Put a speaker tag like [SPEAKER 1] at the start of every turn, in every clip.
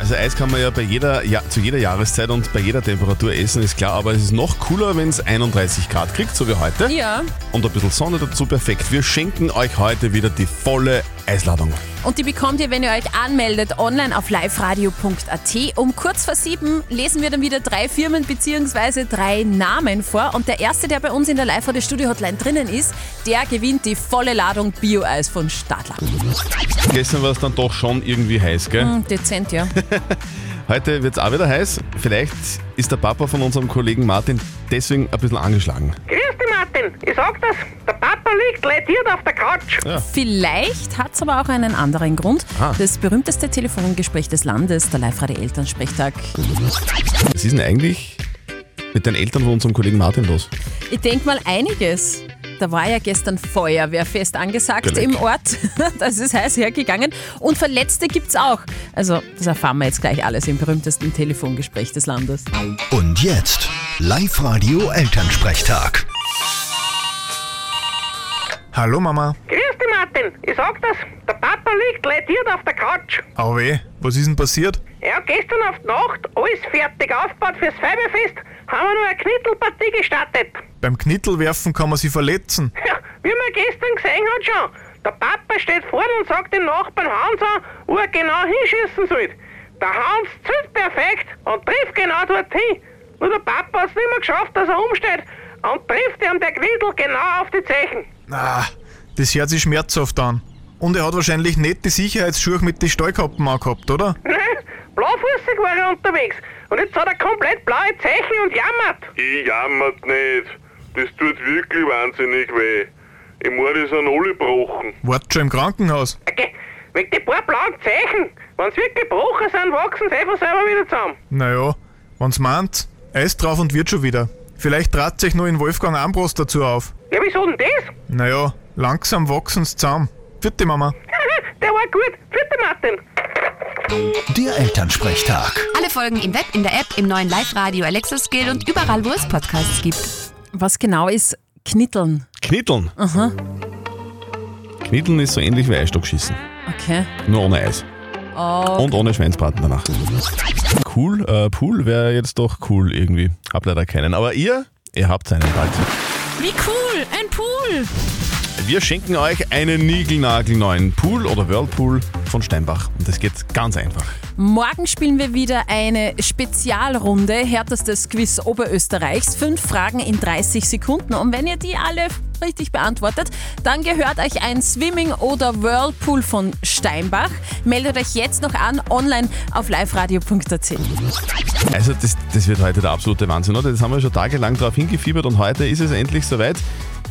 [SPEAKER 1] Also Eis kann man ja bei jeder, ja, zu jeder Jahreszeit und bei jeder Temperatur essen, ist klar, aber es ist noch cooler, wenn es 31 Grad kriegt, so wie heute.
[SPEAKER 2] Ja.
[SPEAKER 1] Und ein bisschen Sonne dazu, perfekt. Wir schenken euch heute wieder die volle Eisladung.
[SPEAKER 2] Und die bekommt ihr, wenn ihr euch anmeldet, online auf liveradio.at. Um kurz vor sieben lesen wir dann wieder drei Firmen bzw. drei Namen vor. Und der erste, der bei uns in der Live-Radio-Studio-Hotline drinnen ist, der gewinnt die volle Ladung Bio-Eis von Stadler.
[SPEAKER 1] Gestern war es dann doch schon irgendwie heiß, gell?
[SPEAKER 2] Hm, Dezent, ja.
[SPEAKER 1] Heute wird es auch wieder heiß. Vielleicht ist der Papa von unserem Kollegen Martin deswegen ein bisschen angeschlagen.
[SPEAKER 3] Grüß dich, Martin. Ich sag das, der Papa liegt lädiert auf der Couch.
[SPEAKER 2] Vielleicht hat es aber auch einen anderen Grund.
[SPEAKER 1] Ah.
[SPEAKER 2] Das berühmteste Telefongespräch des Landes, der Live-Radio-Elternsprechtag.
[SPEAKER 1] Was ist denn eigentlich mit den Eltern von unserem Kollegen Martin los?
[SPEAKER 2] Ich denke mal einiges. Da war ja gestern Feuerwehrfest angesagt
[SPEAKER 1] Geleck.
[SPEAKER 2] im Ort. Das ist heiß hergegangen. Und Verletzte gibt's auch. Also, das erfahren wir jetzt gleich alles im berühmtesten Telefongespräch des Landes.
[SPEAKER 4] Und jetzt Live-Radio Elternsprechtag.
[SPEAKER 5] Hallo Mama.
[SPEAKER 3] Grüß dich, Martin. Ich sag das, der Papa liegt lädiert auf der Couch.
[SPEAKER 5] Au weh, was ist denn passiert?
[SPEAKER 3] Ja, gestern auf die Nacht alles fertig aufgebaut fürs Feiberfest, haben wir noch eine Knittelpartie gestartet.
[SPEAKER 5] Beim Knittelwerfen kann man sich verletzen.
[SPEAKER 3] Ja, wie man gestern gesehen hat schon. Der Papa steht vor und sagt dem Nachbarn Hans an, wo er genau hinschießen soll. Der Hans zählt perfekt und trifft genau dorthin. Nur der Papa hat's nicht mehr geschafft, dass er umsteht und trifft ihm der Knittel genau auf die Zechen.
[SPEAKER 5] Ah, das hört sich schmerzhaft an. Und er hat wahrscheinlich nicht die Sicherheitsschuhe mit den Stallkappen angehabt, oder?
[SPEAKER 3] Nein, Ne? blaufußig war er unterwegs. Und jetzt hat er komplett blaue Zeichen und jammert.
[SPEAKER 6] Ich jammert nicht. Das tut wirklich wahnsinnig weh. Im Mord sind alle gebrochen.
[SPEAKER 5] Wart schon im Krankenhaus.
[SPEAKER 3] Okay, wegen die paar blauen Zeichen. Wenn sie wirklich gebrochen sind, wachsen sie einfach selber wieder zusammen.
[SPEAKER 5] Naja, wenn's meint, Eis drauf und wird schon wieder. Vielleicht trat sich nur in Wolfgang Ambros dazu auf.
[SPEAKER 3] Ja, wieso denn das?
[SPEAKER 5] Naja, langsam wachsen's zusammen. Vierte Mama.
[SPEAKER 3] der war gut. Vierte Martin.
[SPEAKER 4] Der Elternsprechtag.
[SPEAKER 7] Alle Folgen im Web, in der App, im neuen Live-Radio Alexa Skill und überall, wo es Podcasts gibt.
[SPEAKER 2] Was genau ist Knitteln?
[SPEAKER 1] Knitteln. Knitteln ist so ähnlich wie Eisstockschießen.
[SPEAKER 2] Okay.
[SPEAKER 1] Nur ohne Eis. Und ohne Schweinsbraten danach. Cool, äh, Pool wäre jetzt doch cool irgendwie. Hab leider keinen. Aber ihr, ihr habt einen bald.
[SPEAKER 2] Wie cool! Ein Pool!
[SPEAKER 1] Wir schenken euch einen niegelnagelneuen Pool oder Whirlpool von Steinbach. Und das geht ganz einfach.
[SPEAKER 2] Morgen spielen wir wieder eine Spezialrunde, härtestes Quiz Oberösterreichs. Fünf Fragen in 30 Sekunden. Und wenn ihr die alle richtig beantwortet, dann gehört euch ein Swimming oder Whirlpool von Steinbach. Meldet euch jetzt noch an, online auf liveradio.at.
[SPEAKER 1] Also das, das wird heute der absolute Wahnsinn, oder? Das haben wir schon tagelang drauf hingefiebert und heute ist es endlich soweit.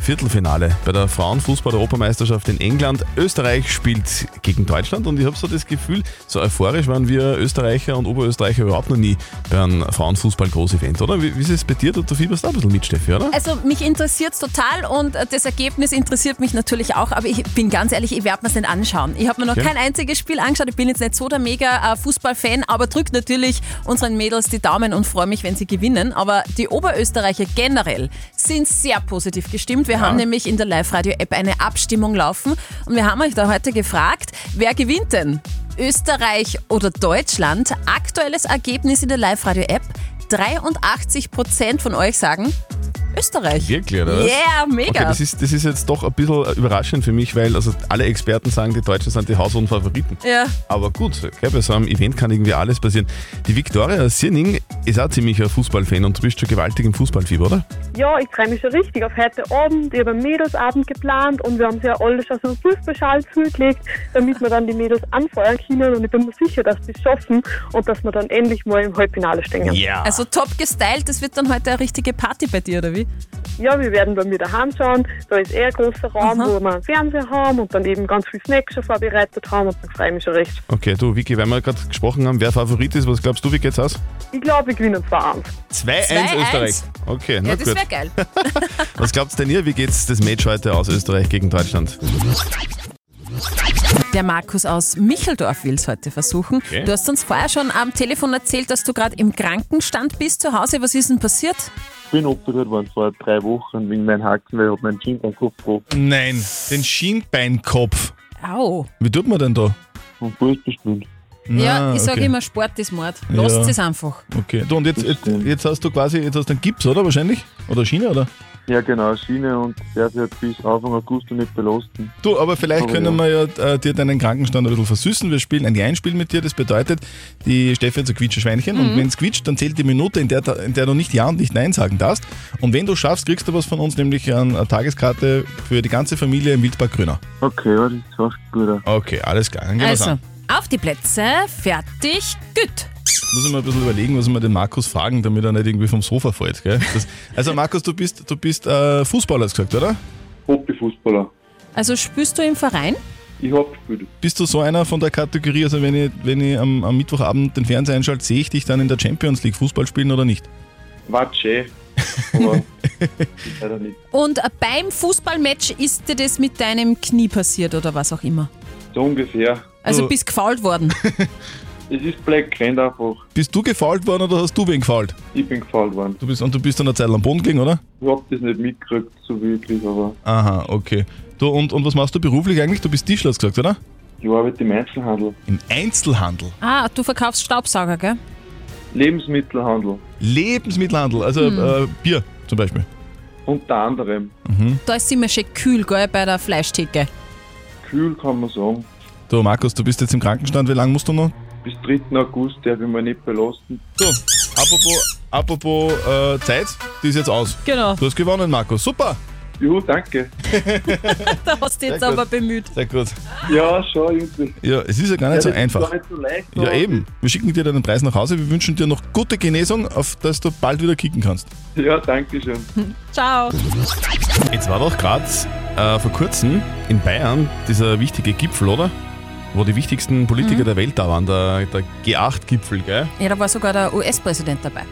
[SPEAKER 1] Viertelfinale bei der Frauenfußball-Europameisterschaft in England. Österreich spielt gegen Deutschland und ich habe so das Gefühl, so euphorisch waren wir Österreicher und Oberösterreicher überhaupt noch nie bei einem Frauenfußball-Groß-Event, oder? Wie, wie ist es bei dir? Du, du fieberst auch ein bisschen mit, Steffi, oder?
[SPEAKER 2] Also mich interessiert's total und äh, das Ergebnis interessiert mich natürlich auch, aber ich bin ganz ehrlich, ich werde mir's nicht anschauen. Ich habe mir noch
[SPEAKER 1] Okay.
[SPEAKER 2] kein einziges Spiel angeschaut, ich bin jetzt nicht so der mega äh, Fußballfan, aber drückt natürlich unseren Mädels die Daumen und freue mich, wenn sie gewinnen. Aber die Oberösterreicher generell sind sehr positiv gestimmt. Wir haben nämlich in der Live-Radio-App eine Abstimmung laufen und wir haben euch da heute gefragt, wer gewinnt denn? Österreich oder Deutschland? Aktuelles Ergebnis in der Live-Radio-App. 83% von euch sagen Österreich.
[SPEAKER 1] Wirklich, oder was?
[SPEAKER 2] Yeah, mega.
[SPEAKER 1] Okay, das ist, das ist jetzt doch ein bisschen überraschend für mich, weil also alle Experten sagen, die Deutschen sind die haushohen Favoriten.
[SPEAKER 2] Ja.
[SPEAKER 1] Aber gut, gell, bei so einem Event kann irgendwie alles passieren. Die Viktoria Sirning ist auch ziemlich ein Fußballfan und du bist schon gewaltig im Fußballfieber, oder?
[SPEAKER 8] Ja, ich freue mich schon richtig auf heute Abend. Ich habe einen Mädelsabend geplant und wir haben sie ja alle schon so einen Fußballschal zugelegt, damit wir dann die Mädels anfeuern können. Und ich bin mir sicher, dass sie es schaffen und dass wir dann endlich mal im Halbfinale stehen.
[SPEAKER 1] Ja.
[SPEAKER 2] Also top gestylt, das wird dann heute eine richtige Party bei dir, oder wie?
[SPEAKER 8] Ja, wir werden bei mir daheim schauen. Da ist eher ein großer Raum,
[SPEAKER 2] Aha.
[SPEAKER 8] wo wir einen Fernseher haben und dann eben ganz viel Snacks schon vorbereitet haben und dann freue ich mich schon recht.
[SPEAKER 1] Okay, du Vicky, weil wir gerade gesprochen haben, wer Favorit ist, was glaubst du, wie geht's aus?
[SPEAKER 8] Ich glaube, wir gewinnen 2-1.
[SPEAKER 1] 2-1 Österreich. Okay, na
[SPEAKER 2] Ja, das
[SPEAKER 1] gut.
[SPEAKER 2] wäre geil.
[SPEAKER 1] Was glaubt denn ihr, wie geht's das Match heute aus Österreich gegen Deutschland?
[SPEAKER 2] Der Markus aus Micheldorf will es heute versuchen.
[SPEAKER 1] Okay.
[SPEAKER 2] Du hast uns vorher schon am Telefon erzählt, dass du gerade im Krankenstand bist zu Hause. Was ist denn passiert?
[SPEAKER 9] bin operiert worden vor drei Wochen wegen meinen Haxen, weil ich hab meinen Jeans am Kopf gebrochen.
[SPEAKER 10] Nein, den Schienbeinkopf.
[SPEAKER 2] Au.
[SPEAKER 1] Wie tut man denn da?
[SPEAKER 9] Und Fuß bestimmt.
[SPEAKER 2] ja,
[SPEAKER 1] Na,
[SPEAKER 2] ich sage
[SPEAKER 1] okay.
[SPEAKER 2] immer, Sport ist Mord. Lasst
[SPEAKER 1] Ja.
[SPEAKER 2] es einfach.
[SPEAKER 1] Okay. Du, und jetzt, jetzt, jetzt hast du quasi, jetzt hast du einen Gips, oder wahrscheinlich? Oder Schiene, oder?
[SPEAKER 9] Ja, genau, Schiene und der wird bis Anfang August noch nicht belasten.
[SPEAKER 1] Du, aber vielleicht
[SPEAKER 9] Aber
[SPEAKER 1] können wir ja äh, dir deinen Krankenstand ein bisschen versüßen. Wir spielen ein Jeinspiel mit dir. Das bedeutet, die Steffi hat so Quietscheschweinchen und wenn es quietscht, dann zählt die Minute, in der, da- in der du nicht Ja und nicht Nein sagen darfst. Und wenn du schaffst, kriegst du was von uns, nämlich eine Tageskarte für die ganze Familie im Wildpark Grüner.
[SPEAKER 9] Okay, ja, das sagt gut. aus.
[SPEAKER 1] Okay, alles klar. Dann gehen wir's
[SPEAKER 2] Also,
[SPEAKER 1] an.
[SPEAKER 2] auf die Plätze, fertig, gut.
[SPEAKER 1] Muss ich mal ein bisschen überlegen, was wir den Markus fragen, damit er nicht irgendwie vom Sofa fällt. Gell? Das, also Markus, du bist, du bist äh, Fußballer, hast du gesagt, oder?
[SPEAKER 9] Hobbyfußballer.
[SPEAKER 2] Also spielst du im Verein?
[SPEAKER 9] Ich hab gespielt.
[SPEAKER 1] Bist du so einer von der Kategorie, also wenn ich, wenn ich am, am Mittwochabend den Fernseher einschalte, sehe ich dich dann in der Champions League Fußball spielen oder nicht?
[SPEAKER 9] Watsch eh. Aber leider nicht.
[SPEAKER 2] Und äh, beim Fußballmatch ist dir das mit deinem Knie passiert oder was auch immer?
[SPEAKER 9] So ungefähr.
[SPEAKER 2] Also
[SPEAKER 1] Du-
[SPEAKER 2] bist gefault worden.
[SPEAKER 9] Es ist Black Grand einfach.
[SPEAKER 1] Bist du gefault worden oder hast du wen gefault?
[SPEAKER 9] Ich bin gefault worden.
[SPEAKER 1] Du bist, und du bist dann eine Zeit lang am Boden gelegen, oder?
[SPEAKER 9] Ich hab das nicht mitgekriegt, so wirklich, aber
[SPEAKER 1] Aha, okay. Du, und, und was machst du beruflich eigentlich? Du bist Tischler, hast du gesagt, oder?
[SPEAKER 9] ich arbeite im Einzelhandel.
[SPEAKER 1] Im Einzelhandel.
[SPEAKER 2] ah, du verkaufst Staubsauger, gell?
[SPEAKER 9] Lebensmittelhandel.
[SPEAKER 1] Lebensmittelhandel, also äh, Bier zum Beispiel.
[SPEAKER 9] Unter anderem.
[SPEAKER 2] Da ist immer schön kühl, gell, bei der Fleischtheke.
[SPEAKER 9] Kühl kann man sagen.
[SPEAKER 1] Du, Markus, du bist jetzt im Krankenstand, wie lange musst du noch?
[SPEAKER 9] Bis 3. August darf ich mich nicht belasten.
[SPEAKER 1] So, apropos, apropos äh, Zeit, die ist jetzt aus.
[SPEAKER 2] Genau.
[SPEAKER 1] Du hast gewonnen, Markus. Super!
[SPEAKER 9] Jo, danke.
[SPEAKER 2] Da hast du jetzt
[SPEAKER 1] Sehr gut.
[SPEAKER 2] aber bemüht.
[SPEAKER 1] Sehr gut.
[SPEAKER 9] Ja, schau, irgendwie.
[SPEAKER 1] Ja, es ist ja gar
[SPEAKER 9] Ja,
[SPEAKER 1] nicht so
[SPEAKER 9] das ist
[SPEAKER 1] einfach.
[SPEAKER 9] gar nicht so leicht,
[SPEAKER 1] Ja,
[SPEAKER 9] aber-
[SPEAKER 1] eben. Wir schicken dir deinen Preis nach Hause. Wir wünschen dir noch gute Genesung, auf dass du bald wieder kicken kannst.
[SPEAKER 9] Ja, danke schön.
[SPEAKER 2] Ciao.
[SPEAKER 1] Jetzt war doch gerade äh, vor kurzem in Bayern dieser wichtige Gipfel, oder? Wo die wichtigsten Politiker
[SPEAKER 2] Mhm.
[SPEAKER 1] der Welt da waren, der, der G8-Gipfel, gell?
[SPEAKER 2] Ja, da war sogar der US-Präsident dabei.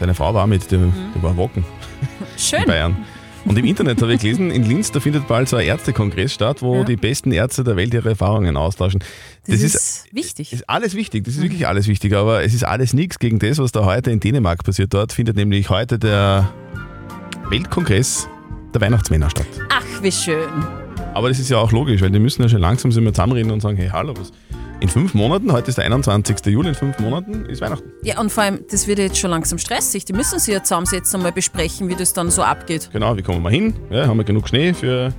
[SPEAKER 1] Seine Frau war mit, der,
[SPEAKER 2] Mhm.
[SPEAKER 1] der war Wocken in
[SPEAKER 2] Schön.
[SPEAKER 1] Bayern. Und im Internet habe ich gelesen, in Linz, da findet bald so ein Ärztekongress statt, wo
[SPEAKER 2] Ja.
[SPEAKER 1] die besten Ärzte der Welt ihre Erfahrungen austauschen.
[SPEAKER 2] Das, ist, wichtig.
[SPEAKER 1] Ist alles wichtig, das ist wirklich alles wichtig, aber es ist alles nichts gegen das, was da heute in Dänemark passiert. Dort findet nämlich heute der Weltkongress der Weihnachtsmänner statt.
[SPEAKER 2] Ach, wie schön.
[SPEAKER 1] Aber das ist ja auch logisch, weil die müssen ja schon langsam sich mal zusammenreden und sagen, hey, hallo, was? In fünf Monaten, heute ist der 21. Juli, in fünf Monaten ist Weihnachten.
[SPEAKER 2] Ja, und vor allem, das wird jetzt schon langsam stressig. Die müssen sich ja zusammensetzen und mal besprechen, wie das dann so abgeht.
[SPEAKER 1] Genau, wie kommen wir hin? Ja, haben wir genug Schnee für...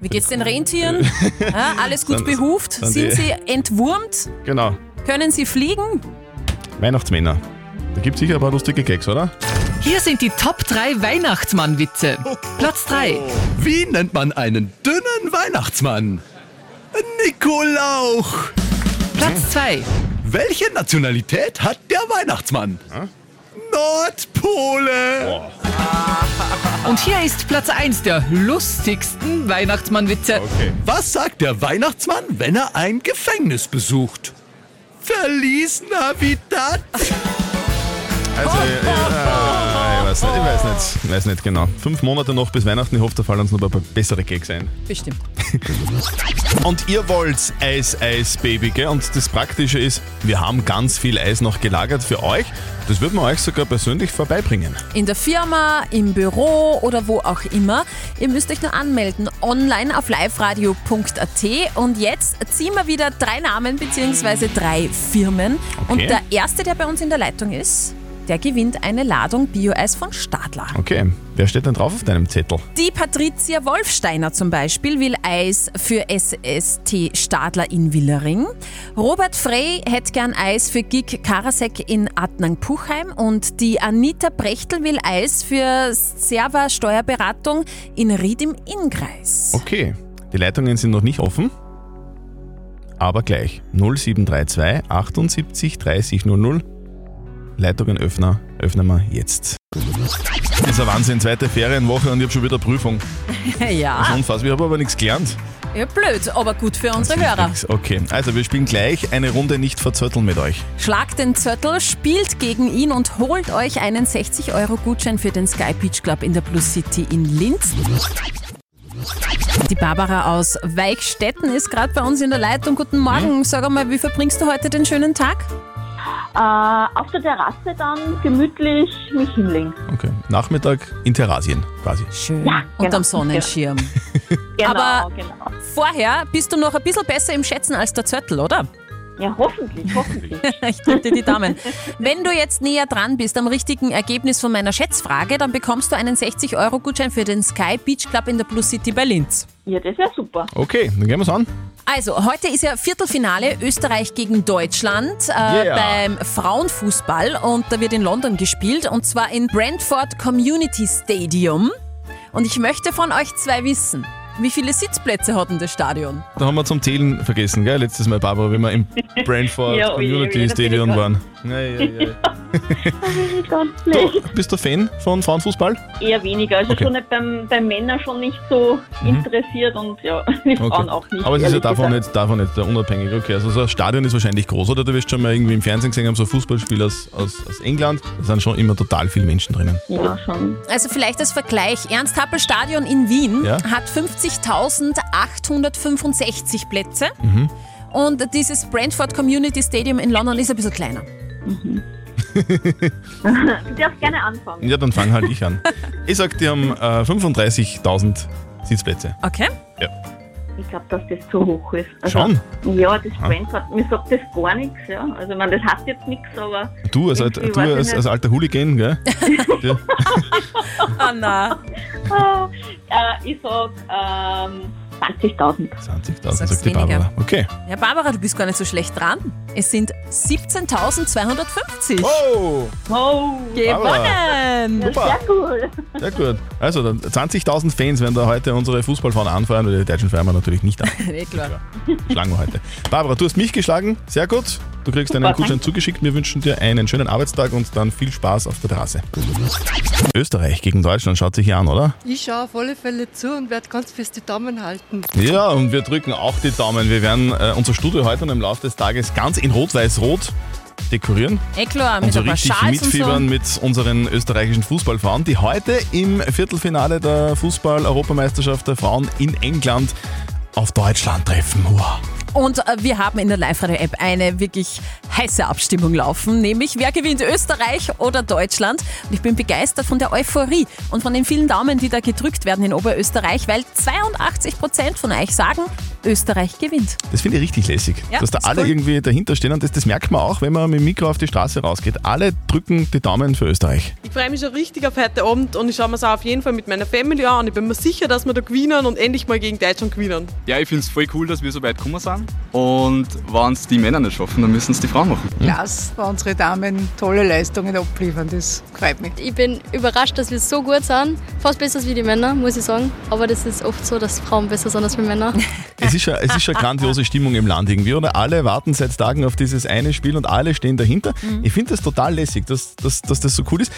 [SPEAKER 2] Wie geht's den Rentieren? Ja, alles gut
[SPEAKER 1] Dann-
[SPEAKER 2] behuft?
[SPEAKER 1] dann
[SPEAKER 2] Sind
[SPEAKER 1] die-
[SPEAKER 2] sie entwurmt?
[SPEAKER 1] Genau,
[SPEAKER 2] Können sie fliegen?
[SPEAKER 1] Weihnachtsmänner. Da gibt es sicher ein paar lustige Gags, oder?
[SPEAKER 11] Hier sind die Top 3 Weihnachtsmann-Witze. Platz 3.
[SPEAKER 4] Wie nennt man einen dünnen Weihnachtsmann? Nikolauch.
[SPEAKER 11] Platz 2.
[SPEAKER 4] Welche Nationalität hat der Weihnachtsmann? Nordpole.
[SPEAKER 11] Und hier ist Platz 1 der lustigsten Weihnachtsmann-Witze.
[SPEAKER 1] Okay.
[SPEAKER 4] Was sagt der Weihnachtsmann, wenn er ein Gefängnis besucht? Verlies Navidad.
[SPEAKER 1] Also, ja, ich weiß nicht, ich weiß nicht. Ich weiß nicht genau. Fünf Monate noch bis Weihnachten, ich hoffe, da fallen uns noch ein paar bessere Gags ein.
[SPEAKER 2] Bestimmt.
[SPEAKER 1] Und ihr wollt's Eis, Eis, Baby, gell? Und das Praktische ist, wir haben ganz viel Eis noch gelagert für euch. Das wird man euch sogar persönlich vorbeibringen.
[SPEAKER 2] In der Firma, im Büro oder wo auch immer. Ihr müsst euch nur anmelden online auf liveradio.at und jetzt ziehen wir wieder drei Namen bzw. drei Firmen. Und der erste, der bei uns in der Leitung ist, der gewinnt eine Ladung Bio-Eis von Stadler.
[SPEAKER 1] Okay, wer steht denn drauf auf deinem Zettel?
[SPEAKER 2] Die Patricia Wolfsteiner zum Beispiel will Eis für SST Stadler in Willering. Robert Frey hätte gern Eis für Gig Karasek in Adnang-Puchheim. Und die Anita Brechtel will Eis für Serva Steuerberatung in Ried im Innkreis.
[SPEAKER 1] Okay, die Leitungen sind noch nicht offen. Aber gleich 0732 78 30 00. Leitungen öffner, öffnen wir jetzt. Das ist ein Wahnsinn, zweite Ferienwoche und ich habe schon wieder Prüfung.
[SPEAKER 2] Ja,
[SPEAKER 1] Unfassbar, ich habe aber nichts gelernt.
[SPEAKER 2] ja, blöd, aber gut für unsere Hörer.
[SPEAKER 1] Okay, also wir spielen gleich eine Runde nicht verzötteln mit euch.
[SPEAKER 2] Schlagt den Zöttel, spielt gegen ihn und holt euch einen 60-Euro-Gutschein für den Sky Beach Club in der Plus City in Linz. Die Barbara aus Weichstetten ist gerade bei uns in der Leitung. Guten Morgen. Sag einmal, wie verbringst du heute den schönen Tag?
[SPEAKER 8] Äh, auf der Terrasse dann gemütlich mich hinlegen.
[SPEAKER 1] Okay. Nachmittag in Terrasien quasi.
[SPEAKER 2] Schön.
[SPEAKER 8] Ja,
[SPEAKER 2] Unterm
[SPEAKER 8] genau.
[SPEAKER 2] Sonnenschirm.
[SPEAKER 8] Genau,
[SPEAKER 2] Aber
[SPEAKER 8] genau.
[SPEAKER 2] vorher bist du noch ein bisschen besser im Schätzen als der Zöttel, oder?
[SPEAKER 8] Ja, hoffentlich, hoffentlich.
[SPEAKER 2] Ich drücke dir die Daumen. Wenn du jetzt näher dran bist am richtigen Ergebnis von meiner Schätzfrage, dann bekommst du einen 60-Euro-Gutschein für den Sky Beach Club in der Plus City bei Linz.
[SPEAKER 8] ja, das wäre super.
[SPEAKER 1] Okay, dann gehen wir's an.
[SPEAKER 2] Also, heute ist ja Viertelfinale Österreich gegen Deutschland äh,
[SPEAKER 1] Yeah.
[SPEAKER 2] beim Frauenfußball und da wird in London gespielt und zwar in Brentford Community Stadium. Und ich möchte von euch zwei wissen, wie viele Sitzplätze hat denn das Stadion?
[SPEAKER 1] Da haben wir zum Zählen vergessen, gell? Letztes Mal, Barbara, wenn wir im Brentford
[SPEAKER 8] Ja, oh je,
[SPEAKER 1] Community
[SPEAKER 8] oh je, da bin ich
[SPEAKER 1] Stadion
[SPEAKER 8] dran.
[SPEAKER 1] waren. Ja, ja, ja.
[SPEAKER 8] Ganz
[SPEAKER 1] Du,
[SPEAKER 8] schlecht.
[SPEAKER 1] bist du Fan von Frauenfußball?
[SPEAKER 8] Eher weniger. Also
[SPEAKER 1] Okay. Mhm.
[SPEAKER 8] schon nicht beim, bei Männern schon nicht so interessiert und ja, die Frauen auch nicht.
[SPEAKER 1] Aber es ist ja
[SPEAKER 8] ehrlich
[SPEAKER 1] davon
[SPEAKER 8] gesagt.
[SPEAKER 1] nicht, davon nicht äh, unabhängig. Okay, also so ein Stadion ist wahrscheinlich groß, oder? Du wirst schon mal irgendwie im Fernsehen gesehen haben, so Fußballspieler aus, aus, aus England. Da sind schon immer total viele Menschen drinnen.
[SPEAKER 8] Ja, schon.
[SPEAKER 2] Also vielleicht als Vergleich, Ernst-Happel-Stadion in Wien
[SPEAKER 1] Ja.
[SPEAKER 2] hat 50.865 Plätze
[SPEAKER 1] Mhm.
[SPEAKER 2] und dieses Brentford Community Stadium in London ist ein bisschen kleiner.
[SPEAKER 8] Du darfst gerne anfangen.
[SPEAKER 1] Ja, dann fang halt ich an. Ich sag, die haben äh, 35.000 Sitzplätze.
[SPEAKER 2] Okay?
[SPEAKER 8] Ich glaube, dass das zu hoch ist. Also,
[SPEAKER 1] Schon? Ah.
[SPEAKER 8] Ja, das Brentford, mir sagt das gar nichts. Ja. Also, ich meine, das hat jetzt nichts, aber
[SPEAKER 1] Du, als, alt- du
[SPEAKER 8] Irgendwie weiß ich
[SPEAKER 1] als, als
[SPEAKER 8] nicht.
[SPEAKER 1] alter Hooligan, gell? Ja.
[SPEAKER 2] Oh, Anna.
[SPEAKER 8] ah, äh, ich sag ähm, 20.000.
[SPEAKER 1] 20.000,
[SPEAKER 2] Sag's
[SPEAKER 1] sagt die
[SPEAKER 2] weniger.
[SPEAKER 1] Barbara. Okay.
[SPEAKER 2] Ja, Barbara, du bist gar nicht so schlecht dran. Es sind 17.250.
[SPEAKER 1] Oh!
[SPEAKER 8] Oh,
[SPEAKER 2] Gewonnen!
[SPEAKER 8] das ist sehr cool.
[SPEAKER 1] Sehr gut. Also, dann 20.000 Fans werden da heute unsere Fußballfahnen anfeuern, weil die Deutschen feiern wir natürlich nicht an.
[SPEAKER 2] Eh klar.
[SPEAKER 1] Schlagen wir heute. Barbara, du hast mich geschlagen. Sehr gut. Du kriegst einen Gutschein zugeschickt. Wir wünschen dir einen schönen Arbeitstag und dann viel Spaß auf der Terrasse. Österreich gegen Deutschland schaut sich hier an, oder?
[SPEAKER 10] Ich schaue auf alle Fälle zu und werde ganz fest die Daumen halten.
[SPEAKER 1] Ja, und wir drücken auch die Daumen. Wir werden äh, unser Studio heute und im Laufe des Tages ganz in rot-weiß-rot dekorieren
[SPEAKER 2] Eh klar,
[SPEAKER 1] und
[SPEAKER 2] mit
[SPEAKER 1] so
[SPEAKER 2] ein paar
[SPEAKER 1] Also richtig
[SPEAKER 2] Schals und
[SPEAKER 1] mitfiebern
[SPEAKER 2] so.
[SPEAKER 1] mit unseren österreichischen Fußballfrauen, die heute im Viertelfinale der Fußball-Europameisterschaft der Frauen in England auf Deutschland treffen. Hurra.
[SPEAKER 2] Und äh, wir haben in der Live-Radio-App eine wirklich heiße Abstimmung laufen, nämlich wer gewinnt Österreich oder Deutschland? Und ich bin begeistert von der Euphorie und von den vielen Daumen, die da gedrückt werden in Oberösterreich, weil 82% von euch sagen, Österreich gewinnt.
[SPEAKER 1] Das finde ich richtig lässig,
[SPEAKER 2] Ja,
[SPEAKER 1] dass da
[SPEAKER 2] ist
[SPEAKER 1] alle
[SPEAKER 2] cool.
[SPEAKER 1] irgendwie dahinter stehen und das, das merkt man auch, wenn man mit dem Mikro auf die Straße rausgeht. Alle drücken die Daumen für Österreich.
[SPEAKER 10] Ich freue mich schon richtig auf heute Abend und ich schaue mir es auch auf jeden Fall mit meiner Family an. Ich bin mir sicher, dass wir da gewinnen und endlich mal gegen Deutschland gewinnen.
[SPEAKER 12] Ja, ich finde es voll cool, dass wir so weit gekommen sind. Und wenn es die Männer nicht schaffen, dann müssen es die Frauen machen.
[SPEAKER 13] Klasse, da unsere Damen tolle Leistungen abliefern, das freut mich.
[SPEAKER 10] Ich bin überrascht, dass wir so gut sind. Fast besser als wie die Männer, muss ich sagen. Aber das ist oft so, dass Frauen besser sind als wir Männer.
[SPEAKER 1] Es ist, schon, es ist schon grandiose Stimmung im Land irgendwie, oder? Alle warten seit Tagen auf dieses eine Spiel und alle stehen dahinter. Ich finde das total lässig, dass, dass, dass das so cool ist.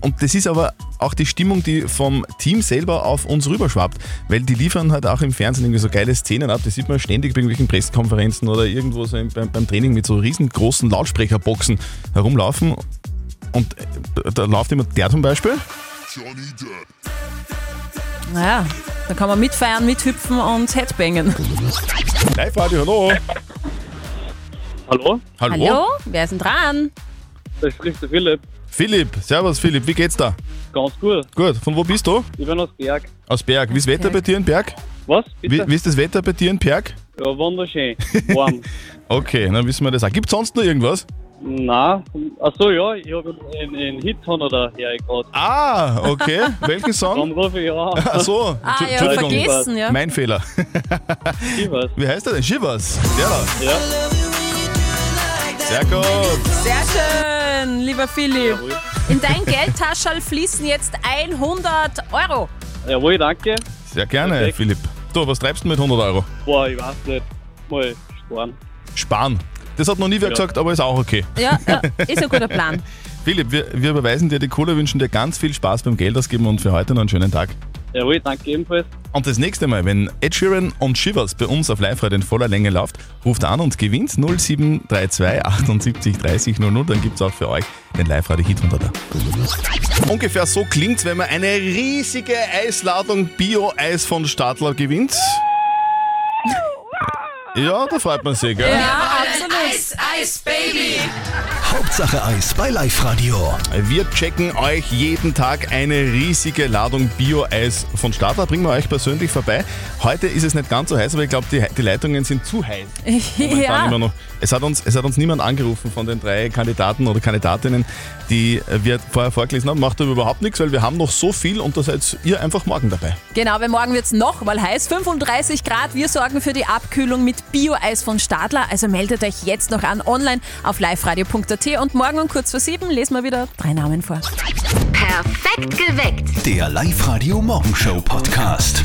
[SPEAKER 1] Und das ist aber auch die Stimmung, die vom Team selber auf uns rüberschwappt, weil die liefern halt auch im Fernsehen irgendwie so geile Szenen ab. Das sieht man ständig bei irgendwelchen Pressekonferenzen oder irgendwo so im- beim, beim Training mit so riesengroßen Lautsprecherboxen herumlaufen. Und äh, da läuft immer der zum Beispiel.
[SPEAKER 2] Naja, da kann man mitfeiern, mithüpfen und Headbangen.
[SPEAKER 1] Live-Radio, hallo.
[SPEAKER 9] Hallo,
[SPEAKER 1] Hallo.
[SPEAKER 2] Hallo, wer ist denn dran?
[SPEAKER 9] da spricht der Philipp.
[SPEAKER 1] Philipp, servus Philipp, wie geht's da?
[SPEAKER 9] Ganz gut.
[SPEAKER 1] Gut, von wo bist du?
[SPEAKER 9] Ich bin aus Berg.
[SPEAKER 1] Aus Berg. Wie ist das Wetter bei dir in Berg?
[SPEAKER 9] Was?
[SPEAKER 1] Wie,
[SPEAKER 9] Bitte?
[SPEAKER 1] wie ist das Wetter bei dir in Berg?
[SPEAKER 9] Ja, wunderschön. Warm.
[SPEAKER 1] Okay, dann wissen wir das auch. Gibt sonst noch irgendwas?
[SPEAKER 9] Na, achso, ja, ich habe einen, einen Hit von oder her gerade.
[SPEAKER 1] Ah, okay. Welchen
[SPEAKER 9] Dann
[SPEAKER 1] Song?
[SPEAKER 9] rufe ich an.
[SPEAKER 1] Ach so,
[SPEAKER 2] Ah,
[SPEAKER 1] Entschu-
[SPEAKER 2] ja, vergessen, ja.
[SPEAKER 1] Mein Fehler.
[SPEAKER 9] Ich weiß.
[SPEAKER 1] Wie heißt der denn? Shivers. Der da.
[SPEAKER 9] Ja.
[SPEAKER 1] Sehr gut.
[SPEAKER 2] Sehr schön, lieber Philipp. In dein Geldtaschel fließen jetzt 100 Euro.
[SPEAKER 9] Jawohl, danke.
[SPEAKER 1] Sehr gerne,
[SPEAKER 9] Perfekt.
[SPEAKER 1] Philipp. Du, was treibst du mit 100 Euro?
[SPEAKER 9] Boah, ich weiß nicht. Mal sparen.
[SPEAKER 1] Sparen. Das hat noch nie wer
[SPEAKER 9] Ja.
[SPEAKER 1] gesagt, aber ist auch okay.
[SPEAKER 2] Ja, ja ist ein guter Plan.
[SPEAKER 1] Philipp, wir, wir überweisen dir die Kohle, wünschen dir ganz viel Spaß beim Geld ausgeben und für heute noch einen schönen Tag.
[SPEAKER 9] Jawohl, danke ebenfalls.
[SPEAKER 1] Und das nächste Mal, wenn Ed Sheeran und Shivers bei uns auf Live-Radio in voller Länge läuft, ruft an und gewinnt 0732 78 30 00. Dann gibt es auch für euch den Live-Radio-Hit unter da. Ungefähr so klingt wenn man eine riesige Eisladung Bio-Eis von Stadler gewinnt. Ja, da freut man sich, gell?
[SPEAKER 2] Ja, absolut.
[SPEAKER 14] Eis, Eis, Baby.
[SPEAKER 1] Hauptsache Eis bei Live Radio. Wir checken euch jeden Tag eine riesige Ladung Bio-Eis von Stadler. Bringen wir euch persönlich vorbei. Heute ist es nicht ganz so heiß, aber ich glaube, die, die Leitungen sind zu heiß. momentan immer noch. Es hat, uns, es hat uns niemand angerufen von den drei Kandidaten oder Kandidatinnen, die äh, wir vorher vorgelesen haben. Macht aber überhaupt nichts, weil wir haben noch so viel und da seid ihr einfach morgen dabei.
[SPEAKER 2] Genau, weil morgen wird es nochmal heiß. 35 Grad. Wir sorgen für die Abkühlung mit Bio-Eis von Stadler. Also meldet euch jetzt noch an online auf liveradio.at und morgen um kurz vor sieben lesen wir wieder drei Namen vor.
[SPEAKER 14] Perfekt geweckt.
[SPEAKER 15] Der Live-Radio Morgenshow Podcast.